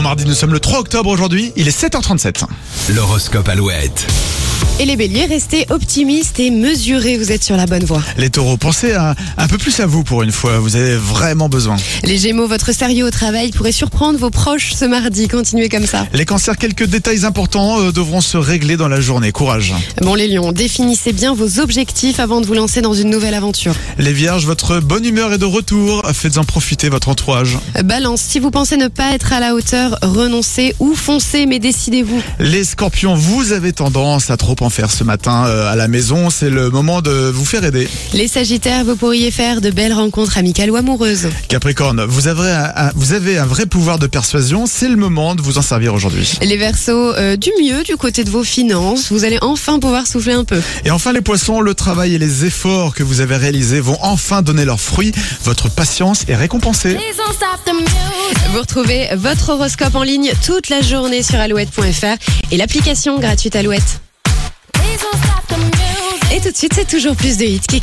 mardi, nous sommes le 3 octobre aujourd'hui, il est 7h37. L'horoscope Alouette. Et les béliers, restez optimistes et mesurés, vous êtes sur la bonne voie. Les taureaux, pensez à- un peu plus à vous pour une fois, vous avez vraiment besoin. Les gémeaux, votre sérieux au travail pourrait surprendre vos proches ce mardi, continuez comme ça. Les cancers, quelques détails importants euh, devront se régler dans la journée, courage. Bon les lions, définissez bien vos objectifs avant de vous lancer dans une nouvelle aventure. Les vierges, votre bonne humeur est de retour, faites-en profiter votre entourage. Balance, si vous pensez ne pas être à la hauteur, renoncez ou foncez, mais décidez-vous. Les scorpions, vous avez tendance à trop en faire ce matin euh, à la maison, c'est le moment de vous faire aider. Les sagittaires, vous pourriez faire de belles rencontres amicales ou amoureuses. Capricorne, vous avez un, un- vous avez un vrai pouvoir de persuasion, c'est le moment de vous en servir aujourd'hui. Les versos, du mieux du côté de vos finances, vous allez enfin pouvoir souffler un peu. Et enfin les poissons, le travail et les efforts que vous avez réalisés vont enfin donner leurs fruits, votre patience est récompensée. Please don't stop the music. Vous retrouvez votre horoscope en ligne toute la journée sur alouette.fr et l'application gratuite Alouette. Please don't stop the music. Et tout de suite, c'est toujours plus de hits qui